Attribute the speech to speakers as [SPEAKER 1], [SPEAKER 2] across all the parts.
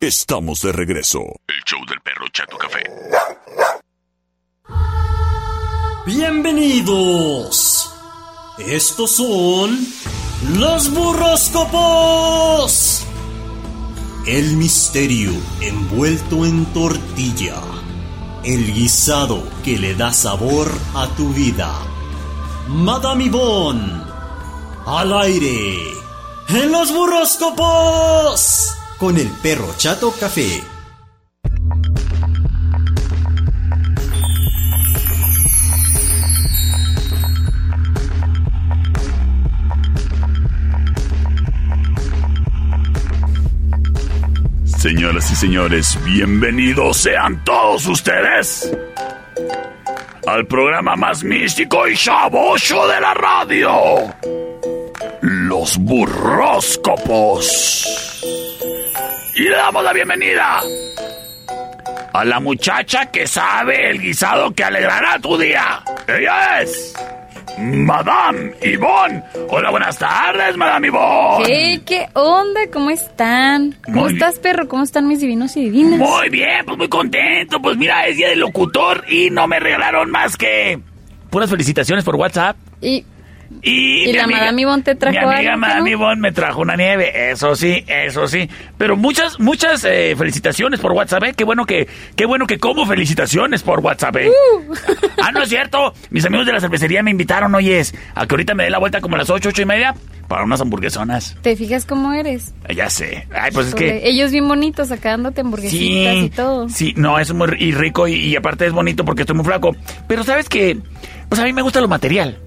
[SPEAKER 1] Estamos de regreso.
[SPEAKER 2] El show del perro Chato Café.
[SPEAKER 3] Bienvenidos. Estos son los burroscopos. El misterio envuelto en tortilla. El guisado que le da sabor a tu vida. Madame Yvonne. Al aire. En los burroscopos. Con el perro chato café.
[SPEAKER 2] Señoras y señores, bienvenidos sean todos ustedes al programa más místico y chabocho de la radio. Los burróscopos. Y le damos la bienvenida a la muchacha que sabe el guisado que alegrará tu día. Ella es Madame Yvonne. Hola, buenas tardes, Madame Yvonne.
[SPEAKER 4] ¿Qué? ¿Qué onda? ¿Cómo están? ¿Cómo
[SPEAKER 2] Muy
[SPEAKER 4] estás, perro? ¿Cómo están mis divinos y divinas?
[SPEAKER 2] Muy bien, pues muy contento. Pues mira, es día del locutor y no me regalaron más que puras felicitaciones por WhatsApp.
[SPEAKER 4] Y
[SPEAKER 2] Y,
[SPEAKER 4] ¿Y
[SPEAKER 2] mi
[SPEAKER 4] la Madame Yvonne te trajo
[SPEAKER 2] Mi amiga
[SPEAKER 4] algo,
[SPEAKER 2] Madame
[SPEAKER 4] no?
[SPEAKER 2] Yvonne me trajo una nieve, eso sí, eso sí. Pero muchas, muchas eh, felicitaciones por WhatsApp. ¿eh? Qué bueno que, qué bueno que como felicitaciones por WhatsApp. ¿eh?
[SPEAKER 4] Uh.
[SPEAKER 2] ah, no es cierto. Mis amigos de la cervecería me invitaron, oyes, a que ahorita me dé la vuelta como a las ocho, ocho y media para unas hamburguesonas.
[SPEAKER 4] te fijas cómo eres.
[SPEAKER 2] Eh, Ya sé. Ay, pues es que.
[SPEAKER 4] Híjole, Ellos bien bonitos, acá dándote hamburguesitas y todo.
[SPEAKER 2] Sí, no, es muy ri- y rico y, y aparte es bonito porque estoy muy flaco. Pero sabes que, pues a mí me gusta lo material.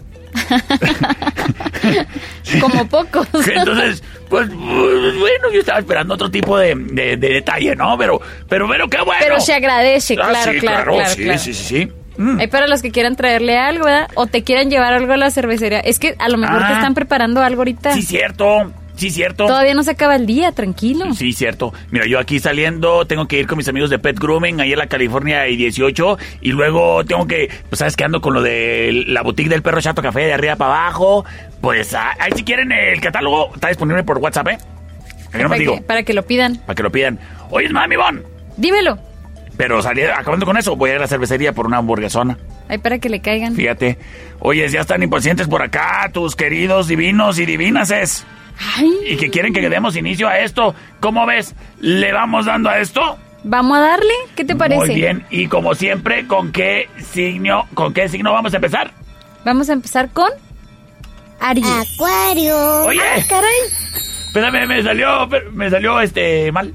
[SPEAKER 4] Como pocos.
[SPEAKER 2] Entonces, pues bueno, yo estaba esperando otro tipo de, de- de detalle, ¿no? Pero, pero, pero qué bueno.
[SPEAKER 4] Pero se agradece,
[SPEAKER 2] Ah,
[SPEAKER 4] claro,
[SPEAKER 2] sí,
[SPEAKER 4] claro, claro,
[SPEAKER 2] sí,
[SPEAKER 4] claro.
[SPEAKER 2] sí, sí, sí. Mm.
[SPEAKER 4] Hay para los que quieran traerle algo, ¿verdad? O te quieran llevar algo a la cervecería. Es que a lo mejor
[SPEAKER 2] Ah.
[SPEAKER 4] te están preparando algo ahorita.
[SPEAKER 2] Sí, cierto, sí, cierto.
[SPEAKER 4] Todavía no se acaba el día, tranquilo.
[SPEAKER 2] Sí, cierto. Mira, yo aquí saliendo, tengo que ir con mis amigos de Pet Grooming, ahí en la California y 18, y luego tengo que, pues, ¿sabes qué? Ando con lo de la boutique del perro chato café de arriba para abajo. Pues, ah, ahí si quieren, el catálogo está disponible por WhatsApp, ¿eh? Ahí no
[SPEAKER 4] para,
[SPEAKER 2] me digo,
[SPEAKER 4] que, para que lo pidan.
[SPEAKER 2] para que lo pidan. Oye, mami, Bon.
[SPEAKER 4] Dímelo.
[SPEAKER 2] Pero salí, acabando con eso, voy a ir a la cervecería por una hamburguesona.
[SPEAKER 4] Hay para que le caigan.
[SPEAKER 2] Fíjate. Oye, ya están impacientes por acá, tus queridos divinos y divinas es.
[SPEAKER 4] Ay,
[SPEAKER 2] Y que quieren que demos inicio a esto. ¿Cómo ves? ¿Le vamos dando a esto?
[SPEAKER 4] ¿vamos a darle? ¿Qué te parece?
[SPEAKER 2] Muy bien, y como siempre, ¿con qué signo, con qué signo vamos a empezar?
[SPEAKER 4] Vamos a empezar con Aries.
[SPEAKER 5] Acuario.
[SPEAKER 2] Oye.
[SPEAKER 5] Ah, caray.
[SPEAKER 2] Espérame, Pues, me salió, me salió este mal.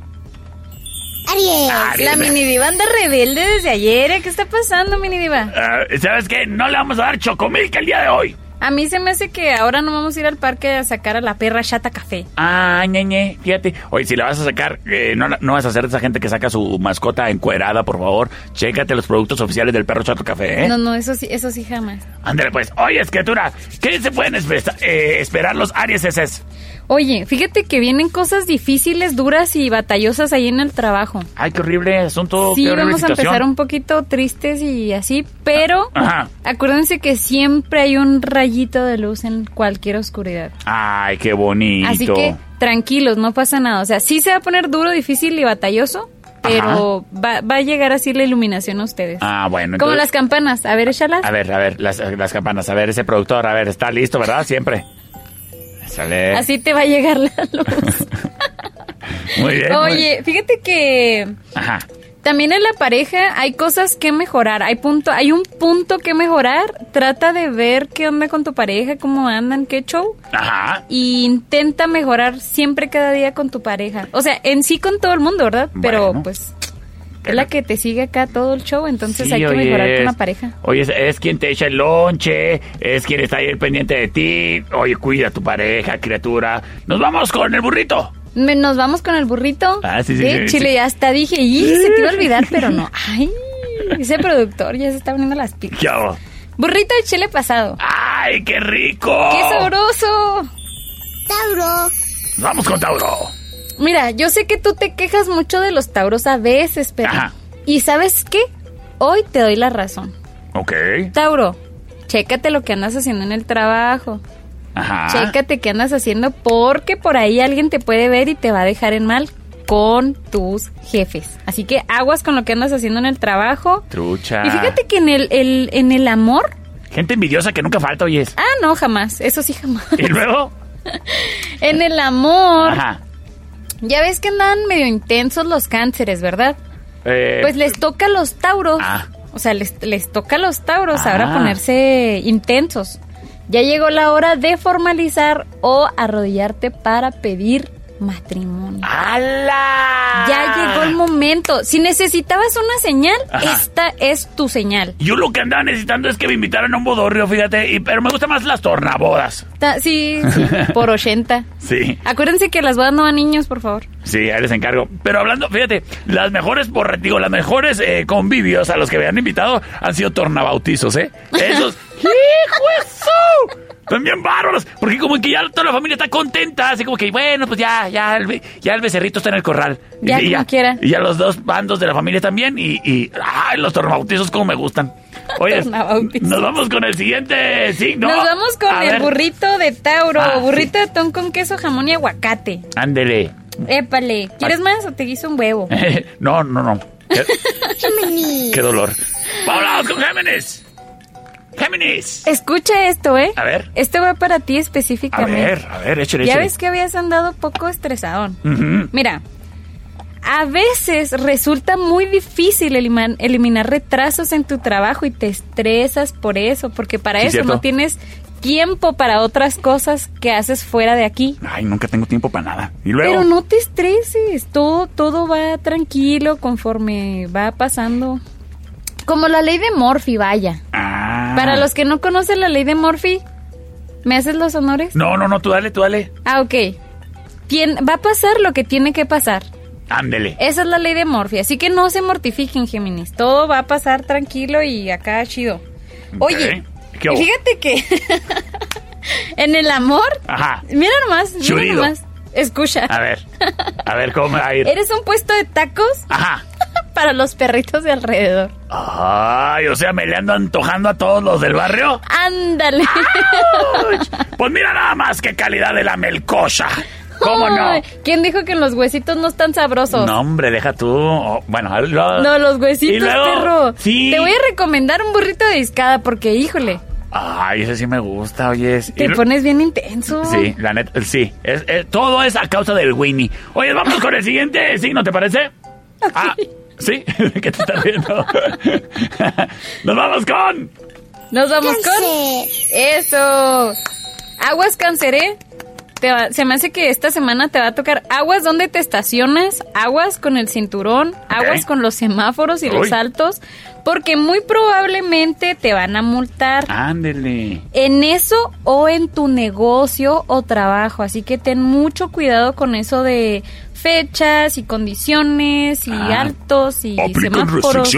[SPEAKER 5] Aries.
[SPEAKER 2] Ah, Aries.
[SPEAKER 4] Pues, Ah, La mini diva anda rebelde desde ayer. ¿eh? ¿Qué está pasando, mini diva?
[SPEAKER 2] Ah, ¿Sabes qué? No le vamos a dar chocomilk el día de hoy.
[SPEAKER 4] A mí se me hace que ahora no vamos a ir al parque a sacar a la perra chata café.
[SPEAKER 2] Ah, ñeñe, fíjate. Oye, si la vas a sacar, eh, no, la- no vas a hacer de esa gente que saca su mascota encuerada, por favor. Chécate los productos oficiales del perro Chato Café, ¿eh?
[SPEAKER 4] No, no, eso sí, eso sí jamás.
[SPEAKER 2] Ándale, pues. Oye, criatura, ¿qué se pueden espe- eh, esperar los Aries SS?
[SPEAKER 4] Oye, fíjate que vienen cosas difíciles, duras y batallosas ahí en el trabajo.
[SPEAKER 2] Ay, qué horrible asunto.
[SPEAKER 4] Sí,
[SPEAKER 2] Oh, qué horrible
[SPEAKER 4] vamos a
[SPEAKER 2] situación. Ah,
[SPEAKER 4] empezar un poquito tristes y así, pero
[SPEAKER 2] Ajá.
[SPEAKER 4] acuérdense que siempre hay un rayito de luz en cualquier oscuridad.
[SPEAKER 2] Ay, qué bonito.
[SPEAKER 4] Así que tranquilos, no pasa nada. O sea, sí se va a poner duro, difícil y batalloso, pero va, va a llegar así la iluminación a ustedes.
[SPEAKER 2] Ah, bueno.
[SPEAKER 4] Como las
[SPEAKER 2] entonces-
[SPEAKER 4] campanas. A ver, échalas.
[SPEAKER 2] A ver, a ver, las, las campanas. A ver, ese productor, a ver, está listo, ¿verdad? Siempre. Sale.
[SPEAKER 4] Así te va a llegar la luz.
[SPEAKER 2] Muy bien. muy bien.
[SPEAKER 4] Oye, fíjate que
[SPEAKER 2] Ajá.
[SPEAKER 4] también en la pareja hay cosas que mejorar. Hay punto, hay un punto que mejorar. Trata de ver qué onda con tu pareja, cómo andan, qué show.
[SPEAKER 2] Ajá.
[SPEAKER 4] Y intenta mejorar siempre cada día con tu pareja. O sea, en sí con todo el mundo, ¿verdad?
[SPEAKER 2] Bueno.
[SPEAKER 4] Pero pues es la que te sigue acá todo el show, entonces hay que mejorar con la pareja.
[SPEAKER 2] Oye, es, es quien te echa el lonche, es quien está ahí al pendiente de ti. Oye, cuida a tu pareja, criatura. Nos vamos con el burrito.
[SPEAKER 4] Me- nos vamos con el burrito.
[SPEAKER 2] Ah, sí, sí,
[SPEAKER 4] De
[SPEAKER 2] sí,
[SPEAKER 4] Chile,
[SPEAKER 2] sí.
[SPEAKER 4] ya hasta dije, y se te iba a olvidar, pero no. Ay, ese productor ya se está poniendo las pilas.
[SPEAKER 2] ¿Qué hago?
[SPEAKER 4] Burrito de chile pasado.
[SPEAKER 2] ¡Ay, qué rico!
[SPEAKER 4] ¡Qué sabroso!
[SPEAKER 5] Tauro.
[SPEAKER 2] Vamos con Tauro.
[SPEAKER 4] Mira, yo sé que tú te quejas mucho de los tauros a veces, pero.
[SPEAKER 2] Ajá.
[SPEAKER 4] ¿Y sabes qué? Hoy te doy la razón.
[SPEAKER 2] Ok.
[SPEAKER 4] Tauro, chécate lo que andas haciendo en el trabajo.
[SPEAKER 2] Ajá. Ah.
[SPEAKER 4] Chécate qué andas haciendo porque por ahí alguien te puede ver y te va a dejar en mal. con tus jefes. Así que aguas con lo que andas haciendo en el trabajo.
[SPEAKER 2] Trucha.
[SPEAKER 4] Y fíjate que en el, el- en el amor.
[SPEAKER 2] Gente envidiosa que nunca falta, oyes.
[SPEAKER 4] Ah, no, jamás. Eso sí, jamás.
[SPEAKER 2] Y luego.
[SPEAKER 4] en el Ah. amor.
[SPEAKER 2] Ajá.
[SPEAKER 4] Ya ves que andan medio intensos los cánceres, ¿verdad?
[SPEAKER 2] Eh,
[SPEAKER 4] Pues les toca a los tauros.
[SPEAKER 2] Ah.
[SPEAKER 4] O sea, les, les toca a los tauros ahora
[SPEAKER 2] Ah.
[SPEAKER 4] ponerse intensos. Ya llegó la hora de formalizar o arrodillarte para pedir matrimonio.
[SPEAKER 2] ¡Hala!
[SPEAKER 4] Ya llegó el momento. Si necesitabas una señal,
[SPEAKER 2] Ah. Ajá.
[SPEAKER 4] esta es tu señal.
[SPEAKER 2] Yo lo que andaba necesitando es que me invitaran a un bodorrio, fíjate. y- pero me gustan más las tornabodas.
[SPEAKER 4] Ta- sí, sí, por 80.
[SPEAKER 2] Sí,
[SPEAKER 4] Acuérdense que las bodas no van niños, por favor.
[SPEAKER 2] sí, ahí les encargo. Pero hablando, fíjate, las mejores, por, digo, las mejores eh, convivios a los que me han invitado han sido tornabautizos, ¿eh? Esos. ¡Hijo de su! Están bien bárbaros. Porque como que ya toda la familia está contenta. Así como que, bueno, pues ya, ya, el, be- ya el becerrito está en el corral.
[SPEAKER 4] Ya, como quiera.
[SPEAKER 2] Y ya los dos bandos de la familia también. Y, y ¡ay! Los tornabautizos, como me gustan. Oye,
[SPEAKER 4] Tornabautizos.
[SPEAKER 2] nos vamos con el siguiente signo.
[SPEAKER 4] Nos vamos con
[SPEAKER 2] A
[SPEAKER 4] el
[SPEAKER 2] ver.
[SPEAKER 4] burrito de Tauro,
[SPEAKER 2] Ah,
[SPEAKER 4] burrito de atún con queso, jamón y aguacate.
[SPEAKER 2] Ándele.
[SPEAKER 4] Épale, ¿quieres más o te guiso un huevo?
[SPEAKER 2] no, no, no. Qué,
[SPEAKER 5] Gemini.
[SPEAKER 2] qué dolor. ¡Vámonos con Géminis! ¡Géminis!
[SPEAKER 4] Escucha esto, ¿eh?
[SPEAKER 2] A ver.
[SPEAKER 4] Este va para ti
[SPEAKER 2] A
[SPEAKER 4] específicamente.
[SPEAKER 2] ver, a ver, échale,
[SPEAKER 4] Ya
[SPEAKER 2] échale.
[SPEAKER 4] ves que habías andado poco estresadón.
[SPEAKER 2] Ujú.
[SPEAKER 4] Mira, a veces resulta muy difícil eliman- eliminar retrasos en tu trabajo y te estresas por eso, porque para
[SPEAKER 2] Sí,
[SPEAKER 4] eso
[SPEAKER 2] cierto.
[SPEAKER 4] no tienes tiempo para otras cosas que haces fuera de aquí.
[SPEAKER 2] Ay, nunca tengo tiempo para nada. Y luego.
[SPEAKER 4] Pero no te estreses, todo, todo va tranquilo conforme va pasando. Como la ley de Morphy, vaya.
[SPEAKER 2] Ah.
[SPEAKER 4] Para los que no conocen la ley de Morphy, ¿me haces los honores?
[SPEAKER 2] No, no, no, tú dale, tú dale.
[SPEAKER 4] Ah, ok. Tien- va a pasar lo que tiene que pasar.
[SPEAKER 2] Ándele.
[SPEAKER 4] Esa es la ley de Morphy, así que no se mortifiquen, Géminis. Todo va a pasar tranquilo y acá chido. Eh, Oye,
[SPEAKER 2] Ok. ¿Qué hubo?
[SPEAKER 4] fíjate que en el amor,
[SPEAKER 2] Ajá.
[SPEAKER 4] mira nomás, mira
[SPEAKER 2] Churido.
[SPEAKER 4] nomás. Escucha,
[SPEAKER 2] A ver. A ver cómo me va a ir.
[SPEAKER 4] eres un puesto de tacos
[SPEAKER 2] Ajá.
[SPEAKER 4] para los perritos de alrededor.
[SPEAKER 2] Ay, o sea, me le ando antojando a todos los del barrio.
[SPEAKER 4] Ándale.
[SPEAKER 2] Uch. Pues mira nada más qué calidad de la melcocha. ¿Cómo no?
[SPEAKER 4] Ay, ¿Quién dijo que los huesitos no están sabrosos?
[SPEAKER 2] No, hombre, deja tú. Oh, bueno, lo-
[SPEAKER 4] No, los huesitos,
[SPEAKER 2] Y luego,
[SPEAKER 4] perro.
[SPEAKER 2] Sí.
[SPEAKER 4] Te voy a recomendar un burrito de discada porque, híjole,
[SPEAKER 2] Ay, ese sí me gusta, oyes. Y
[SPEAKER 4] te
[SPEAKER 2] lo-
[SPEAKER 4] pones bien intenso.
[SPEAKER 2] Sí, la neta, sí. Es- es- todo es a causa del Winnie. Oye, vamos con el siguiente signo, ¿te parece? Ah, sí, que te estás viendo. Nos vamos con.
[SPEAKER 4] Nos vamos con...
[SPEAKER 5] Cáncer.
[SPEAKER 4] Eso. Aguas canceré. Te va- se me hace que esta semana te va a tocar aguas donde te estacionas, aguas con el cinturón, aguas con los semáforos y los
[SPEAKER 2] Uy.
[SPEAKER 4] altos, porque muy probablemente te van a multar.
[SPEAKER 2] Ándele.
[SPEAKER 4] en eso o en tu negocio o trabajo. Así que ten mucho cuidado con eso de fechas y condiciones y
[SPEAKER 2] Ah.
[SPEAKER 4] altos y semáforos.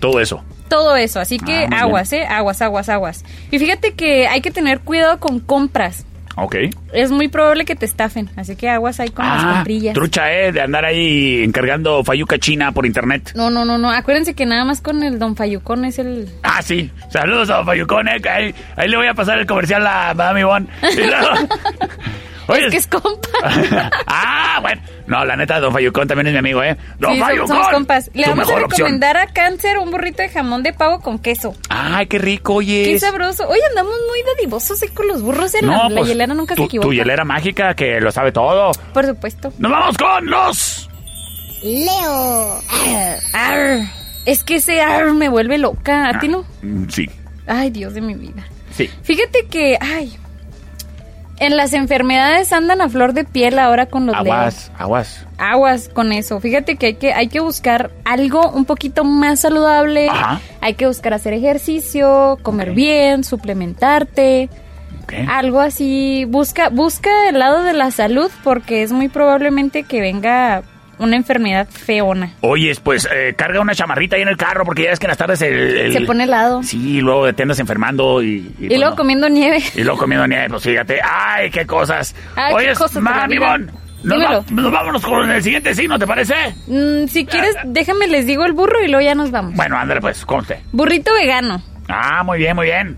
[SPEAKER 2] Todo eso.
[SPEAKER 4] Todo eso. Así que
[SPEAKER 2] Ah, muy
[SPEAKER 4] aguas, ¿eh? Aguas, aguas, aguas. Y fíjate que hay que tener cuidado con compras.
[SPEAKER 2] Ok.
[SPEAKER 4] Es muy probable que te estafen. Así que aguas ahí con las
[SPEAKER 2] Ah,
[SPEAKER 4] comprillas.
[SPEAKER 2] trucha, eh, de andar ahí encargando fayuca china por internet.
[SPEAKER 4] No, no, no, no. Acuérdense que nada más con el Don Fayucón es el.
[SPEAKER 2] Ah, sí. Saludos a Fayucón, eh, que Ahí, ahí le voy a pasar el comercial a Madame Ivonne. Y luego- Oye,
[SPEAKER 4] Es que es compa.
[SPEAKER 2] ah, bueno. No, la neta, Don Fayucón también es mi amigo, ¿eh? Don
[SPEAKER 4] Sí,
[SPEAKER 2] Fayucón.
[SPEAKER 4] somos, somos compas. Le
[SPEAKER 2] tu
[SPEAKER 4] vamos a
[SPEAKER 2] mejor opción.
[SPEAKER 4] recomendar a Cáncer un burrito de jamón de pavo con queso.
[SPEAKER 2] Ay, qué rico, oye.
[SPEAKER 4] Qué sabroso. Hoy andamos muy dadivosos eh, con los burros. En la, la hielera nunca
[SPEAKER 2] pues, tu,
[SPEAKER 4] se equivoca.
[SPEAKER 2] Tu hielera mágica que lo sabe todo.
[SPEAKER 4] Por supuesto.
[SPEAKER 2] ¡Nos vamos con los!
[SPEAKER 5] Leo.
[SPEAKER 4] Arr. Es que ese ar me vuelve loca. ¿A ti no?
[SPEAKER 2] Mm, Sí,
[SPEAKER 4] Ay, Dios de mi vida.
[SPEAKER 2] sí.
[SPEAKER 4] Fíjate que, ay, en las enfermedades andan a flor de piel ahora con los leos.
[SPEAKER 2] Aguas, aguas.
[SPEAKER 4] Aguas con eso. Fíjate que hay que, hay que buscar algo un poquito más saludable.
[SPEAKER 2] Ajá.
[SPEAKER 4] Hay que buscar hacer ejercicio, comer
[SPEAKER 2] Ok.
[SPEAKER 4] bien, suplementarte.
[SPEAKER 2] Ok.
[SPEAKER 4] Algo así, busca, busca el lado de la salud porque es muy probablemente que venga una enfermedad feona.
[SPEAKER 2] Oyes, pues eh, carga una chamarrita ahí en el carro porque ya ves que en las tardes el. el-
[SPEAKER 4] Se pone helado.
[SPEAKER 2] Sí, pues luego te andas enfermando y.
[SPEAKER 4] y luego
[SPEAKER 2] comiendo.
[SPEAKER 4] comiendo nieve.
[SPEAKER 2] Y luego comiendo nieve, pues fíjate. ¡Ay, qué cosas!
[SPEAKER 4] Ay, qué
[SPEAKER 2] Oyes,
[SPEAKER 4] cosas de la
[SPEAKER 2] Mami
[SPEAKER 4] vida.
[SPEAKER 2] Bon, nos,
[SPEAKER 4] Dímelo.
[SPEAKER 2] va- nos vámonos con el siguiente signo, ¿te parece?
[SPEAKER 4] Mm, si quieres, déjame les digo el burro y luego ya nos vamos.
[SPEAKER 2] Bueno, ándale pues, conste.
[SPEAKER 4] Burrito vegano.
[SPEAKER 2] Ah, muy bien, muy bien.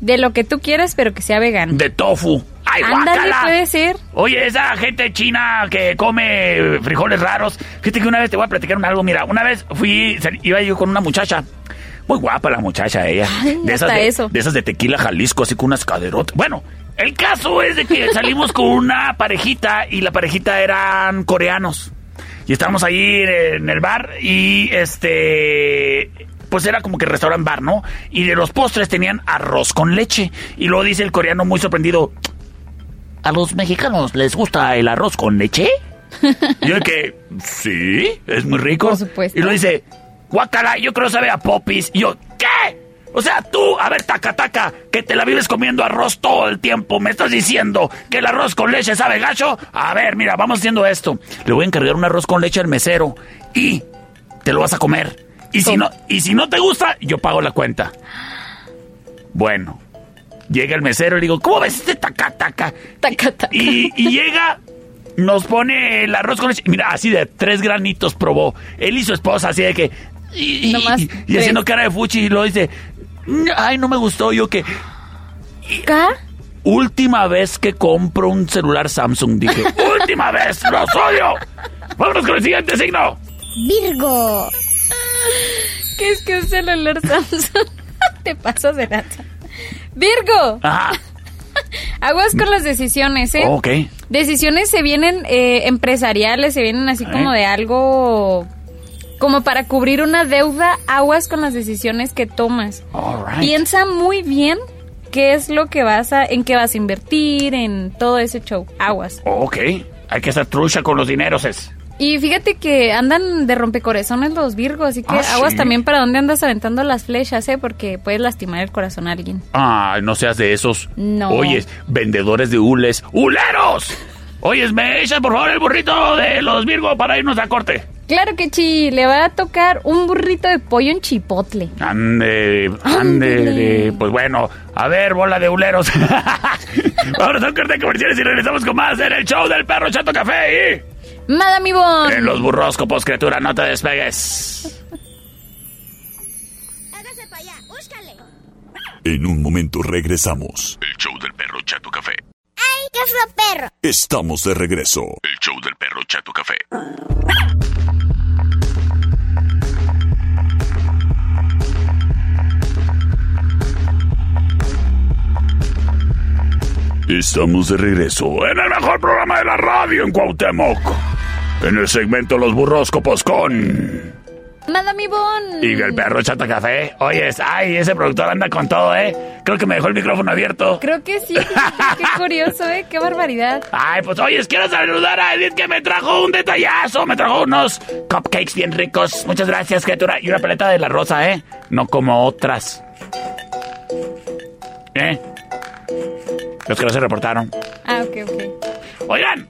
[SPEAKER 4] De lo que tú quieras, pero que sea vegano.
[SPEAKER 2] De tofu. ¡Ay,
[SPEAKER 4] Ándale, pues.
[SPEAKER 2] guácala!
[SPEAKER 4] puede ser.
[SPEAKER 2] Oye, esa gente china que come frijoles raros. Fíjate que una vez te voy a platicar un algo. Mira, una vez fui, sal- iba yo con una muchacha. Muy guapa la muchacha ella.
[SPEAKER 4] Ay,
[SPEAKER 2] esas
[SPEAKER 4] hasta
[SPEAKER 2] de,
[SPEAKER 4] eso.
[SPEAKER 2] de esas de tequila Jalisco, así con unas caderotas. Bueno, el caso es de que salimos con una parejita y la parejita eran coreanos. Y estábamos ahí en el bar y este. Pues era como que restaurant bar, ¿no? Y de los postres tenían arroz con leche. Y luego dice el coreano muy sorprendido: ¿A los mexicanos les gusta el arroz con leche? Y yo de que, sí, es muy rico.
[SPEAKER 4] Por supuesto.
[SPEAKER 2] Y lo dice, guacala, yo creo que sabe a popis. Y yo, ¿qué? O sea, tú, a ver, taca, taca, que te la vives comiendo arroz todo el tiempo. ¿Me estás diciendo que el arroz con leche sabe gacho? A ver, mira, vamos haciendo esto. Le voy a encargar un arroz con leche al mesero y te lo vas a comer. Y si, no, y si no te gusta, yo pago la cuenta. Bueno, llega el mesero y le digo, ¿cómo ves este taca, taca?
[SPEAKER 4] Taca, taca.
[SPEAKER 2] Y, y llega, nos pone el arroz con leche. Mira, así de tres granitos probó. Él y su esposa, así de que. Y, y-
[SPEAKER 4] Nomás
[SPEAKER 2] y- y
[SPEAKER 4] tres.
[SPEAKER 2] haciendo cara de fuchi y lo dice. Ay, no me gustó. Yo que.
[SPEAKER 4] ¿Ca?
[SPEAKER 2] Última vez que compro un celular Samsung, dije. ¡Última vez! ¡Los odio! ¡Vámonos con el siguiente signo!
[SPEAKER 5] Virgo,
[SPEAKER 4] ¿Qué es que un celular Samsung? Te pasas de lanza. Virgo,
[SPEAKER 2] Ajá.
[SPEAKER 4] aguas con las decisiones, ¿eh?
[SPEAKER 2] Ok.
[SPEAKER 4] Decisiones se vienen eh, empresariales, se vienen así
[SPEAKER 2] ¿Eh?
[SPEAKER 4] como de algo como para cubrir una deuda, aguas con las decisiones que tomas.
[SPEAKER 2] All right.
[SPEAKER 4] Piensa muy bien qué es lo que vas a, en qué vas a invertir, en todo ese show, aguas.
[SPEAKER 2] Ok. Hay que estar trucha con los dineros. Es.
[SPEAKER 4] Y fíjate que andan de rompecorazones los virgos, así que
[SPEAKER 2] Ah,
[SPEAKER 4] aguas
[SPEAKER 2] sí.
[SPEAKER 4] también para dónde andas aventando las flechas, ¿eh? Porque puedes lastimar el corazón a alguien.
[SPEAKER 2] Ay, Ah, no seas de esos.
[SPEAKER 4] No.
[SPEAKER 2] Oyes, vendedores de hules. ¡Huleros! Oyes, me echan por favor el burrito de los Virgo para irnos a corte.
[SPEAKER 4] Claro que sí, le va a tocar un burrito de pollo en chipotle.
[SPEAKER 2] Ande, ande.
[SPEAKER 4] Ándele.
[SPEAKER 2] Pues bueno, a ver, bola de huleros. Vámonos a un corte de comerciales y regresamos con más en el show del perro Chato Café
[SPEAKER 4] Madame
[SPEAKER 2] y
[SPEAKER 4] Ivonne.
[SPEAKER 2] en los burroscopos, criatura, no te despegues.
[SPEAKER 5] hágase para allá, búscale.
[SPEAKER 1] En un momento regresamos.
[SPEAKER 6] El show del perro Chato Café.
[SPEAKER 5] ¡Ay, qué es lo perro!
[SPEAKER 1] Estamos de regreso.
[SPEAKER 6] El show del perro Chato Café.
[SPEAKER 2] Estamos de regreso en el mejor programa de la radio en Cuauhtémoc. En el segmento Los burroscopos con.
[SPEAKER 4] Madame Ivonne.
[SPEAKER 2] Y el perro chata café. Oyes, ay, ese productor anda con todo, ¿eh? Creo que me dejó el micrófono abierto.
[SPEAKER 4] Creo que sí. Qué curioso, ¿eh? Qué barbaridad.
[SPEAKER 2] Ay, pues oyes, quiero saludar a Edith que me trajo un detallazo. Me trajo unos cupcakes bien ricos. Muchas gracias, criatura. Y una paleta de la rosa, ¿eh? No como otras. ¿Eh? Los que no se reportaron.
[SPEAKER 4] Ah, ok, ok.
[SPEAKER 2] Oigan.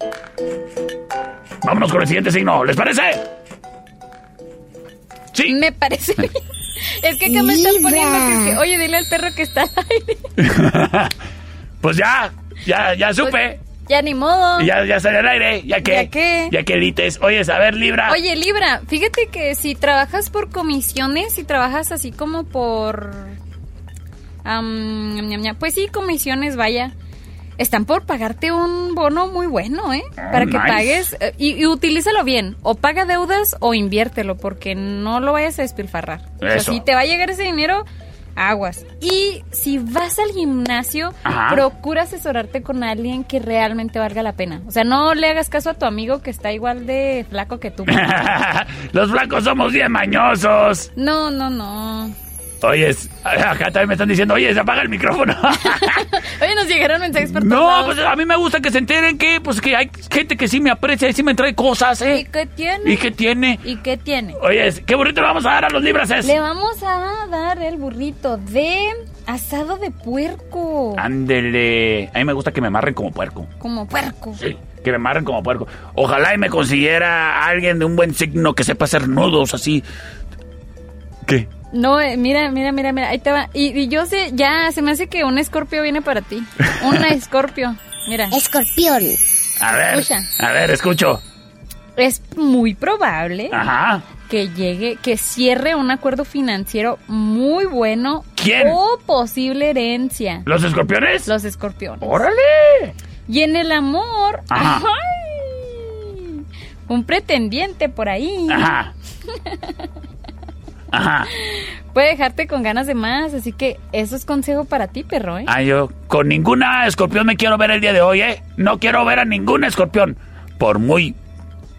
[SPEAKER 2] Vámonos con el siguiente signo. ¿Les parece? Sí.
[SPEAKER 4] Me parece bien. Es que acá me están poniendo que, que- Oye, dile al perro que está al aire.
[SPEAKER 2] Pues ya. Ya, ya supe.
[SPEAKER 4] Ya ni modo.
[SPEAKER 2] Y Ya, ya salió al aire, ya que.
[SPEAKER 4] Pues, ¿Ya qué?
[SPEAKER 2] Ya que elites. Oye, a ver, Libra.
[SPEAKER 4] Oye, Libra, fíjate que si trabajas por comisiones, si trabajas así como por... am, ñam, ñam, ñam, pues sí, comisiones, vaya. Están por pagarte un bono muy bueno, ¿eh? Para que
[SPEAKER 2] nice.
[SPEAKER 4] pagues eh, y, y utilízalo bien. O paga deudas o inviértelo, porque no lo vayas a despilfarrar. O sea,
[SPEAKER 2] Eso.
[SPEAKER 4] si te va a llegar ese dinero, aguas. Y si vas al gimnasio,
[SPEAKER 2] Ajá.
[SPEAKER 4] procura asesorarte con alguien que realmente valga la pena. O sea, no le hagas caso a tu amigo que está igual de flaco que tú.
[SPEAKER 2] Los blancos somos bien mañosos.
[SPEAKER 4] No, no, no.
[SPEAKER 2] Oye, acá también me están diciendo, oye, se apaga el micrófono.
[SPEAKER 4] Oye, nos llegaron mensajes por todos
[SPEAKER 2] no,
[SPEAKER 4] lados.
[SPEAKER 2] pues a mí me gusta que se enteren que, pues que hay gente que sí me aprecia y sí me trae cosas,
[SPEAKER 4] ¿Y
[SPEAKER 2] ¿eh?
[SPEAKER 4] qué tiene?
[SPEAKER 2] ¿Y qué tiene?
[SPEAKER 4] ¿Y qué tiene?
[SPEAKER 2] Oye, qué burrito le vamos a dar a los Libras, es.
[SPEAKER 4] Le vamos a dar el burrito de asado de puerco.
[SPEAKER 2] Ah. Ándele. A mí me gusta que me amarren como puerco.
[SPEAKER 4] Como puerco.
[SPEAKER 2] Sí, que me amarren como puerco. Ojalá y me consiguiera alguien de un buen signo que sepa hacer nudos así. ¿Qué?
[SPEAKER 4] No, eh, mira, mira, mira, mira, ahí te va. Y, y yo sé, ya, se me hace que un escorpio viene para ti. Un escorpio. Mira,
[SPEAKER 5] Escorpión,
[SPEAKER 2] A ver,
[SPEAKER 4] Escucha.
[SPEAKER 2] a ver, escucho.
[SPEAKER 4] es muy probable
[SPEAKER 2] Ajá.
[SPEAKER 4] que llegue, que cierre un acuerdo financiero muy bueno
[SPEAKER 2] ¿Quién?
[SPEAKER 4] o posible herencia.
[SPEAKER 2] ¿Los escorpiones?
[SPEAKER 4] Los escorpiones.
[SPEAKER 2] ¡Órale!
[SPEAKER 4] Y en el amor,
[SPEAKER 2] Ajá.
[SPEAKER 4] ¡ay! un pretendiente por ahí
[SPEAKER 2] Ajá. Ajá.
[SPEAKER 4] puede dejarte con ganas de más. Así que eso es consejo para ti, perro. ¿eh?
[SPEAKER 2] Ah, yo con ninguna escorpión me quiero ver el día de hoy, ¿eh? No quiero ver a ningún escorpión, por muy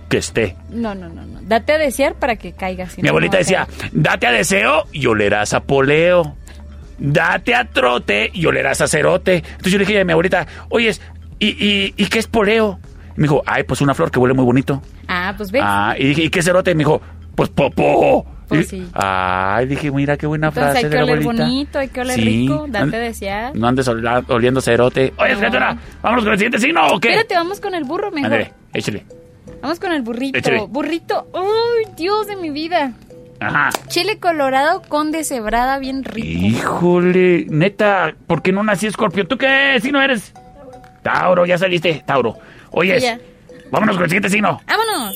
[SPEAKER 2] que esté.
[SPEAKER 4] No, no, no, no. Date a desear para que caigas. si
[SPEAKER 2] Mi
[SPEAKER 4] no,
[SPEAKER 2] abuelita
[SPEAKER 4] no vas a
[SPEAKER 2] decía, date a deseo y olerás a poleo. Date a trote y olerás a cerote. Entonces yo le dije a mi abuelita, oye, ¿y, y, y qué es poleo? Y me dijo, ay, pues una flor que huele muy bonito.
[SPEAKER 4] caer. Ah, pues ves.
[SPEAKER 2] Ah, y dije, ¿y qué cerote? Y me dijo, pues popó.
[SPEAKER 4] Pues
[SPEAKER 2] Y-
[SPEAKER 4] sí.
[SPEAKER 2] Ay, dije, mira qué buena
[SPEAKER 4] Entonces
[SPEAKER 2] frase
[SPEAKER 4] hay
[SPEAKER 2] de
[SPEAKER 4] que
[SPEAKER 2] la
[SPEAKER 4] oler
[SPEAKER 2] abuelita.
[SPEAKER 4] bonito, hay que oler
[SPEAKER 2] Sí.
[SPEAKER 4] rico,
[SPEAKER 2] No-
[SPEAKER 4] date a desear.
[SPEAKER 2] No andes ola- oliendo cerote. Oye,
[SPEAKER 4] No.
[SPEAKER 2] criatura, vámonos con el siguiente signo o qué?
[SPEAKER 4] Espérate, vamos con el burro mejor.
[SPEAKER 2] Ándale, échale.
[SPEAKER 4] Vamos con el burrito.
[SPEAKER 2] Échale.
[SPEAKER 4] Burrito, ¡ay, Dios de mi vida!
[SPEAKER 2] Ajá.
[SPEAKER 4] Chile colorado con deshebrada bien rico.
[SPEAKER 2] Híjole, neta, ¿por qué no nací escorpión? ¿Tú qué signo eres? Tauro, ya saliste, Tauro. Oyes,
[SPEAKER 4] Sí, ya.
[SPEAKER 2] vámonos con el siguiente signo.
[SPEAKER 4] ¡Vámonos!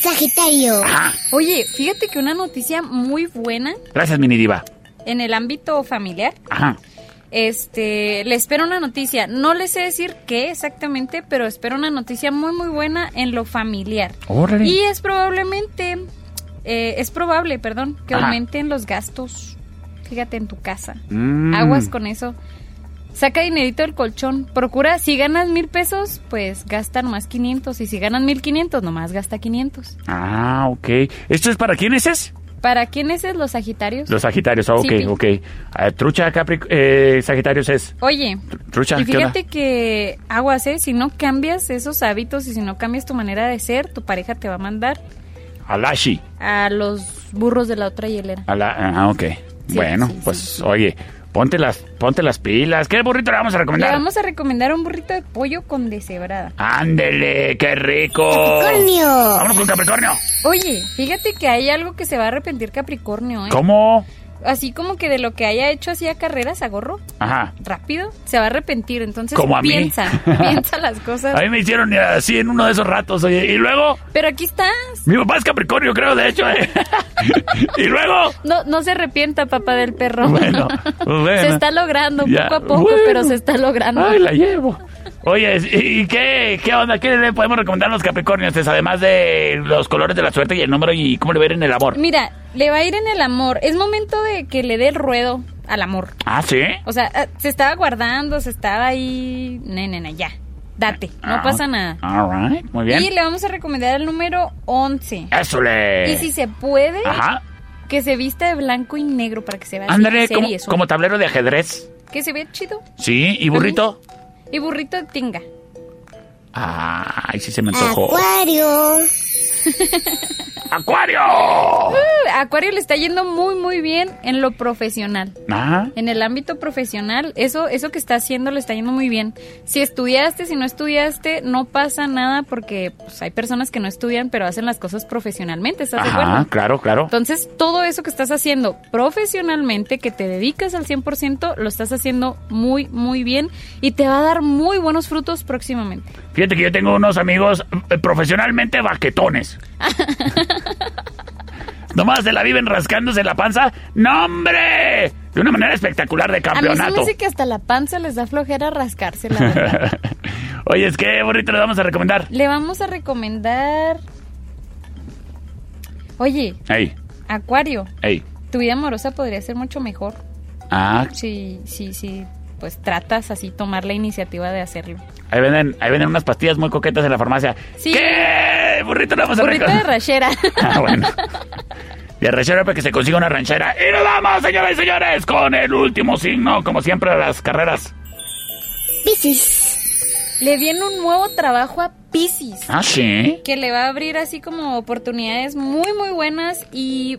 [SPEAKER 5] Sagitario.
[SPEAKER 2] Ajá.
[SPEAKER 4] Oye, fíjate que una noticia muy buena
[SPEAKER 2] Gracias, mini diva.
[SPEAKER 4] en el ámbito familiar.
[SPEAKER 2] Ajá.
[SPEAKER 4] Este, le espero una noticia. No le sé decir qué exactamente, pero espero una noticia muy muy buena en lo familiar.
[SPEAKER 2] Órale.
[SPEAKER 4] Y es probablemente, eh, es probable, perdón, que
[SPEAKER 2] Ajá.
[SPEAKER 4] aumenten los gastos. Fíjate en tu casa.
[SPEAKER 2] Mm.
[SPEAKER 4] Aguas con eso. Saca dinerito del colchón. Procura, si ganas mil pesos, pues gasta nomás 500. Y si ganas mil quinientos, nomás gasta 500.
[SPEAKER 2] Ah, ok. ¿Esto es para quiénes es?
[SPEAKER 4] ¿Para quiénes es los Sagitarios?
[SPEAKER 2] Los Sagitarios, ah, ok,
[SPEAKER 4] Sí, sí.
[SPEAKER 2] ok. Ah, trucha, Capri, eh, Sagitarios es.
[SPEAKER 4] Oye,
[SPEAKER 2] Trucha,
[SPEAKER 4] y
[SPEAKER 2] ¿qué onda?
[SPEAKER 4] fíjate que aguas, ¿eh? Si no cambias esos hábitos y si no cambias tu manera de ser, tu pareja te va a mandar
[SPEAKER 2] Alashi.
[SPEAKER 4] a los burros de la otra hielera.
[SPEAKER 2] A la, ajá, ok.
[SPEAKER 4] Sí,
[SPEAKER 2] bueno,
[SPEAKER 4] sí,
[SPEAKER 2] pues
[SPEAKER 4] sí.
[SPEAKER 2] oye, ponte las, ponte las pilas. ¿Qué burrito le vamos a
[SPEAKER 4] Le
[SPEAKER 2] recomendar?
[SPEAKER 4] vamos a recomendar un burrito de pollo con deshebrada.
[SPEAKER 2] Ándele, qué rico.
[SPEAKER 5] Capricornio.
[SPEAKER 2] Vamos con Capricornio.
[SPEAKER 4] Oye, fíjate que hay algo que se va a arrepentir Capricornio, ¿eh?
[SPEAKER 2] ¿Cómo?
[SPEAKER 4] Así como que de lo que haya hecho hacía carreras a gorro,
[SPEAKER 2] Ajá.
[SPEAKER 4] rápido, se va a arrepentir. Entonces
[SPEAKER 2] Como a mí.
[SPEAKER 4] piensa, piensa las cosas.
[SPEAKER 2] A mí me hicieron eh, así en uno de esos ratos. Oye. Y luego,
[SPEAKER 4] Pero aquí estás.
[SPEAKER 2] mi papá es Capricornio, creo, de hecho. ¿eh? y luego,
[SPEAKER 4] No, no se arrepienta, papá del perro.
[SPEAKER 2] bueno, bueno.
[SPEAKER 4] Se está logrando
[SPEAKER 2] Ya,
[SPEAKER 4] poco a poco,
[SPEAKER 2] bueno.
[SPEAKER 4] pero se está logrando.
[SPEAKER 2] Ay, la llevo. Oye, ¿y y qué, qué onda? ¿Qué le podemos recomendar a los Capricornios? Pues, Además de los colores de la suerte y el número y cómo le ver en el amor.
[SPEAKER 4] Mira, le va a ir en el amor. Es momento de que le dé el ruedo al amor.
[SPEAKER 2] Ah, ¿sí?
[SPEAKER 4] O sea, ah, se estaba guardando, se estaba ahí. Ne, nena, ya. Date, no
[SPEAKER 2] Ah,
[SPEAKER 4] pasa nada.
[SPEAKER 2] All right, muy bien.
[SPEAKER 4] Y le vamos a recomendar el número 11.
[SPEAKER 2] Eso le...
[SPEAKER 4] Y si se puede,
[SPEAKER 2] Eh. Ajá.
[SPEAKER 4] que se vista de blanco y negro para que se vea así
[SPEAKER 2] Ándale, como,
[SPEAKER 4] serio, eso.
[SPEAKER 2] como tablero de ajedrez.
[SPEAKER 4] Que se vea chido.
[SPEAKER 2] Sí, y burrito.
[SPEAKER 4] Y burrito de tinga.
[SPEAKER 2] Ay, sí se me antojó.
[SPEAKER 5] Acuario.
[SPEAKER 2] ¡Acuario!
[SPEAKER 4] A Ah, Acuario le está yendo muy, muy bien en lo profesional.
[SPEAKER 2] Ajá.
[SPEAKER 4] En el ámbito profesional, eso, eso que está haciendo le está yendo muy bien. Si estudiaste, si no estudiaste, no pasa nada porque pues, hay personas que no estudian pero hacen las cosas profesionalmente, ¿estás de
[SPEAKER 2] Ajá,
[SPEAKER 4] acuerdo?
[SPEAKER 2] claro, claro.
[SPEAKER 4] Entonces, todo eso que estás haciendo profesionalmente, que te dedicas al 100%, lo estás haciendo muy, muy bien y te va a dar muy buenos frutos próximamente.
[SPEAKER 2] Fíjate que yo tengo unos amigos eh, profesionalmente baquetones. Nomás se la viven rascándose la panza. ¡No, hombre! De una manera espectacular de
[SPEAKER 4] A mí se me
[SPEAKER 2] campeonato.
[SPEAKER 4] dice que hasta la panza les da flojera rascarse, la verdad.
[SPEAKER 2] Oye, es que burrito le vamos a recomendar.
[SPEAKER 4] Le vamos a recomendar. Oye,
[SPEAKER 2] Ey,
[SPEAKER 4] Acuario,
[SPEAKER 2] ey.
[SPEAKER 4] tu vida amorosa podría ser mucho mejor
[SPEAKER 2] Ah,
[SPEAKER 4] si, si, si, pues tratas así tomar la iniciativa de hacerlo.
[SPEAKER 2] ahí venden, ahí venden unas pastillas muy coquetas en la farmacia.
[SPEAKER 4] Sí.
[SPEAKER 2] ¿Qué? Burrito le vamos a
[SPEAKER 4] Burrito de
[SPEAKER 2] recomendar.
[SPEAKER 4] rachera.
[SPEAKER 2] Ah, bueno. De ranchera para que se consiga una ranchera. Y nos vamos, señoras y señores, con el último signo, como siempre, de las carreras.
[SPEAKER 5] Piscis.
[SPEAKER 4] le viene un nuevo trabajo a Pisces
[SPEAKER 2] Ah, sí.
[SPEAKER 4] que le va a abrir así como oportunidades muy, muy buenas y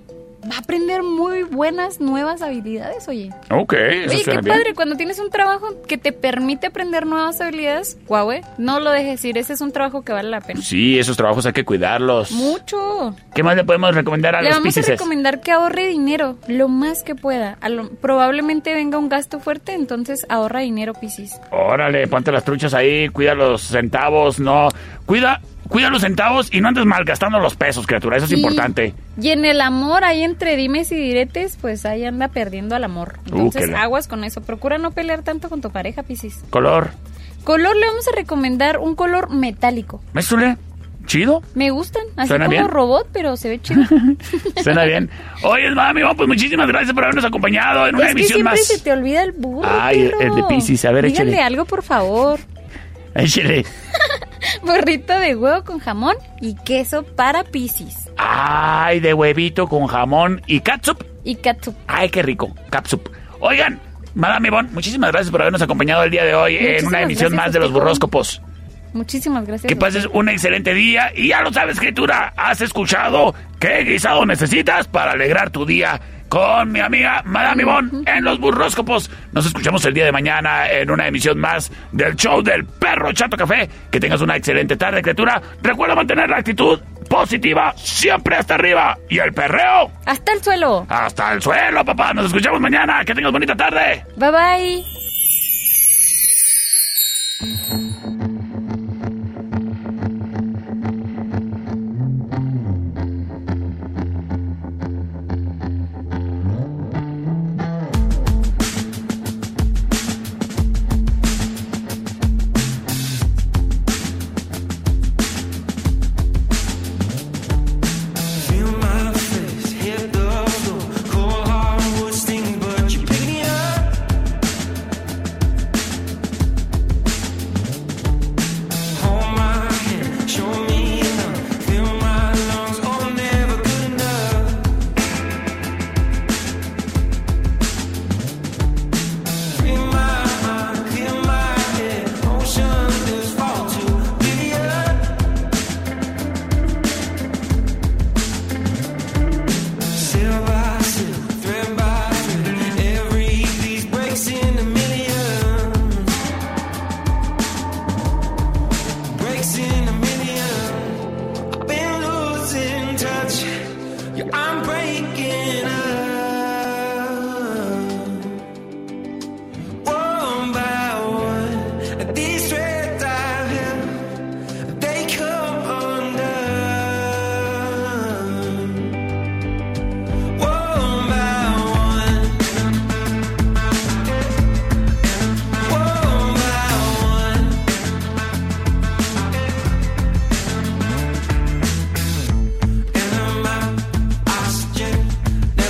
[SPEAKER 4] va a aprender muy buenas nuevas habilidades, oye.
[SPEAKER 2] Ok. eso
[SPEAKER 4] Oye, qué
[SPEAKER 2] suena bien.
[SPEAKER 4] padre, cuando tienes un trabajo que te permite aprender nuevas habilidades, guau, eh, no lo dejes ir, ese es un trabajo que vale la pena.
[SPEAKER 2] Sí, esos trabajos hay que cuidarlos.
[SPEAKER 4] Mucho.
[SPEAKER 2] ¿Qué más le podemos recomendar a
[SPEAKER 4] Le
[SPEAKER 2] los
[SPEAKER 4] vamos a
[SPEAKER 2] piscises?
[SPEAKER 4] recomendar que ahorre dinero lo más que pueda. A lo- probablemente venga un gasto fuerte, entonces ahorra dinero, Piscis.
[SPEAKER 2] Órale, ponte las truchas ahí, cuida los centavos, no. Cuida, cuida los centavos y no andes malgastando los pesos, criatura. Eso es
[SPEAKER 4] Y-
[SPEAKER 2] importante.
[SPEAKER 4] Y en el amor, ahí entre dimes y diretes, pues ahí anda perdiendo al amor.
[SPEAKER 2] Uh,
[SPEAKER 4] Entonces
[SPEAKER 2] que la-
[SPEAKER 4] aguas con eso. Procura no pelear tanto con tu pareja, Piscis.
[SPEAKER 2] Color.
[SPEAKER 4] Color, le vamos a recomendar un color metálico.
[SPEAKER 2] Méstule, chido.
[SPEAKER 4] Me gustan, así
[SPEAKER 2] Suena
[SPEAKER 4] como
[SPEAKER 2] bien.
[SPEAKER 4] robot, pero se ve chido.
[SPEAKER 2] Suena bien. Oye, mami, oh, pues muchísimas gracias por habernos acompañado en una
[SPEAKER 4] es que
[SPEAKER 2] emisión
[SPEAKER 4] siempre
[SPEAKER 2] más.
[SPEAKER 4] se te olvida el burro.
[SPEAKER 2] Ay, el-
[SPEAKER 4] perro.
[SPEAKER 2] el de Piscis, a ver,
[SPEAKER 4] Díganle
[SPEAKER 2] échale.
[SPEAKER 4] algo, por favor.
[SPEAKER 2] Échele.
[SPEAKER 4] Burrito de huevo con jamón y queso para Piscis.
[SPEAKER 2] Ay, de huevito con jamón y catsup.
[SPEAKER 4] Y katsup.
[SPEAKER 2] Ay, qué rico. Capsup. Oigan, Madame Ivonne, muchísimas gracias por habernos acompañado el día de hoy en una
[SPEAKER 4] Muchísimas
[SPEAKER 2] emisión
[SPEAKER 4] gracias a
[SPEAKER 2] más de
[SPEAKER 4] usted,
[SPEAKER 2] los burróscopos.
[SPEAKER 4] Muchísimas gracias.
[SPEAKER 2] Que pases un excelente día y ya lo sabes, criatura, has escuchado qué guisado necesitas para alegrar tu día con mi amiga Madame Ivonne en los burróscopos. Nos escuchamos el día de mañana en una emisión más del show del perro Chato Café. Que tengas una excelente tarde, criatura. Recuerda mantener la actitud positiva siempre hasta arriba y el perreo
[SPEAKER 4] Hasta el suelo.
[SPEAKER 2] hasta el suelo, papá. Nos escuchamos mañana. Que tengas bonita tarde.
[SPEAKER 4] Bye bye.
[SPEAKER 7] Feel my face hit the floor. Cold hardwood sting, but you pick me up. Hold my hand, show me love. Fill my lungs, oh I'm never good enough. Clear my mind, clear my head. Ocean is far too big. Cell by cell, thread by thread, every piece breaks into millions. Breaks into millions. I've been losing touch. Yeah, I'm breaking up. One by one, these threads I held, they come undone. One by one, one by one. And I'm out, I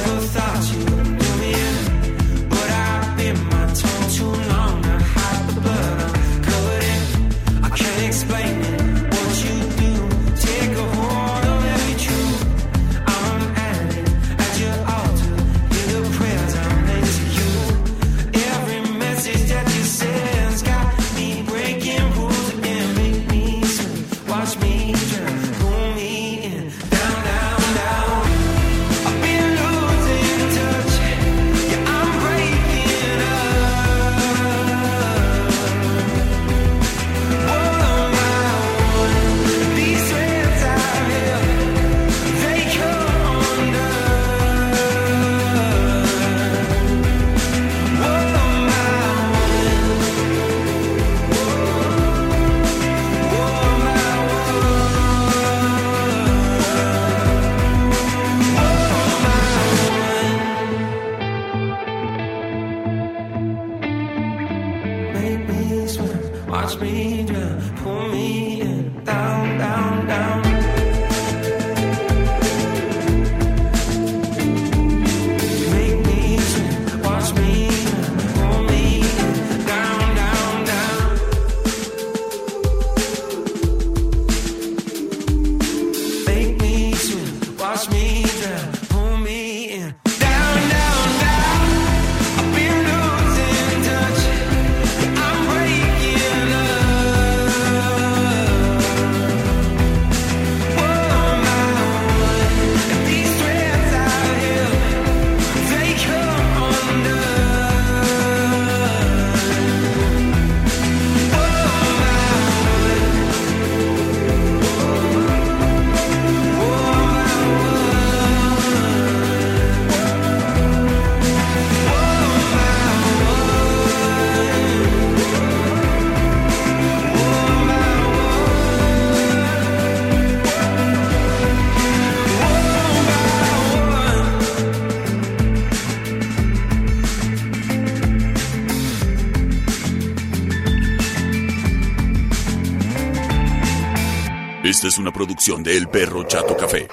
[SPEAKER 1] es una producción de El Perro Chato Café.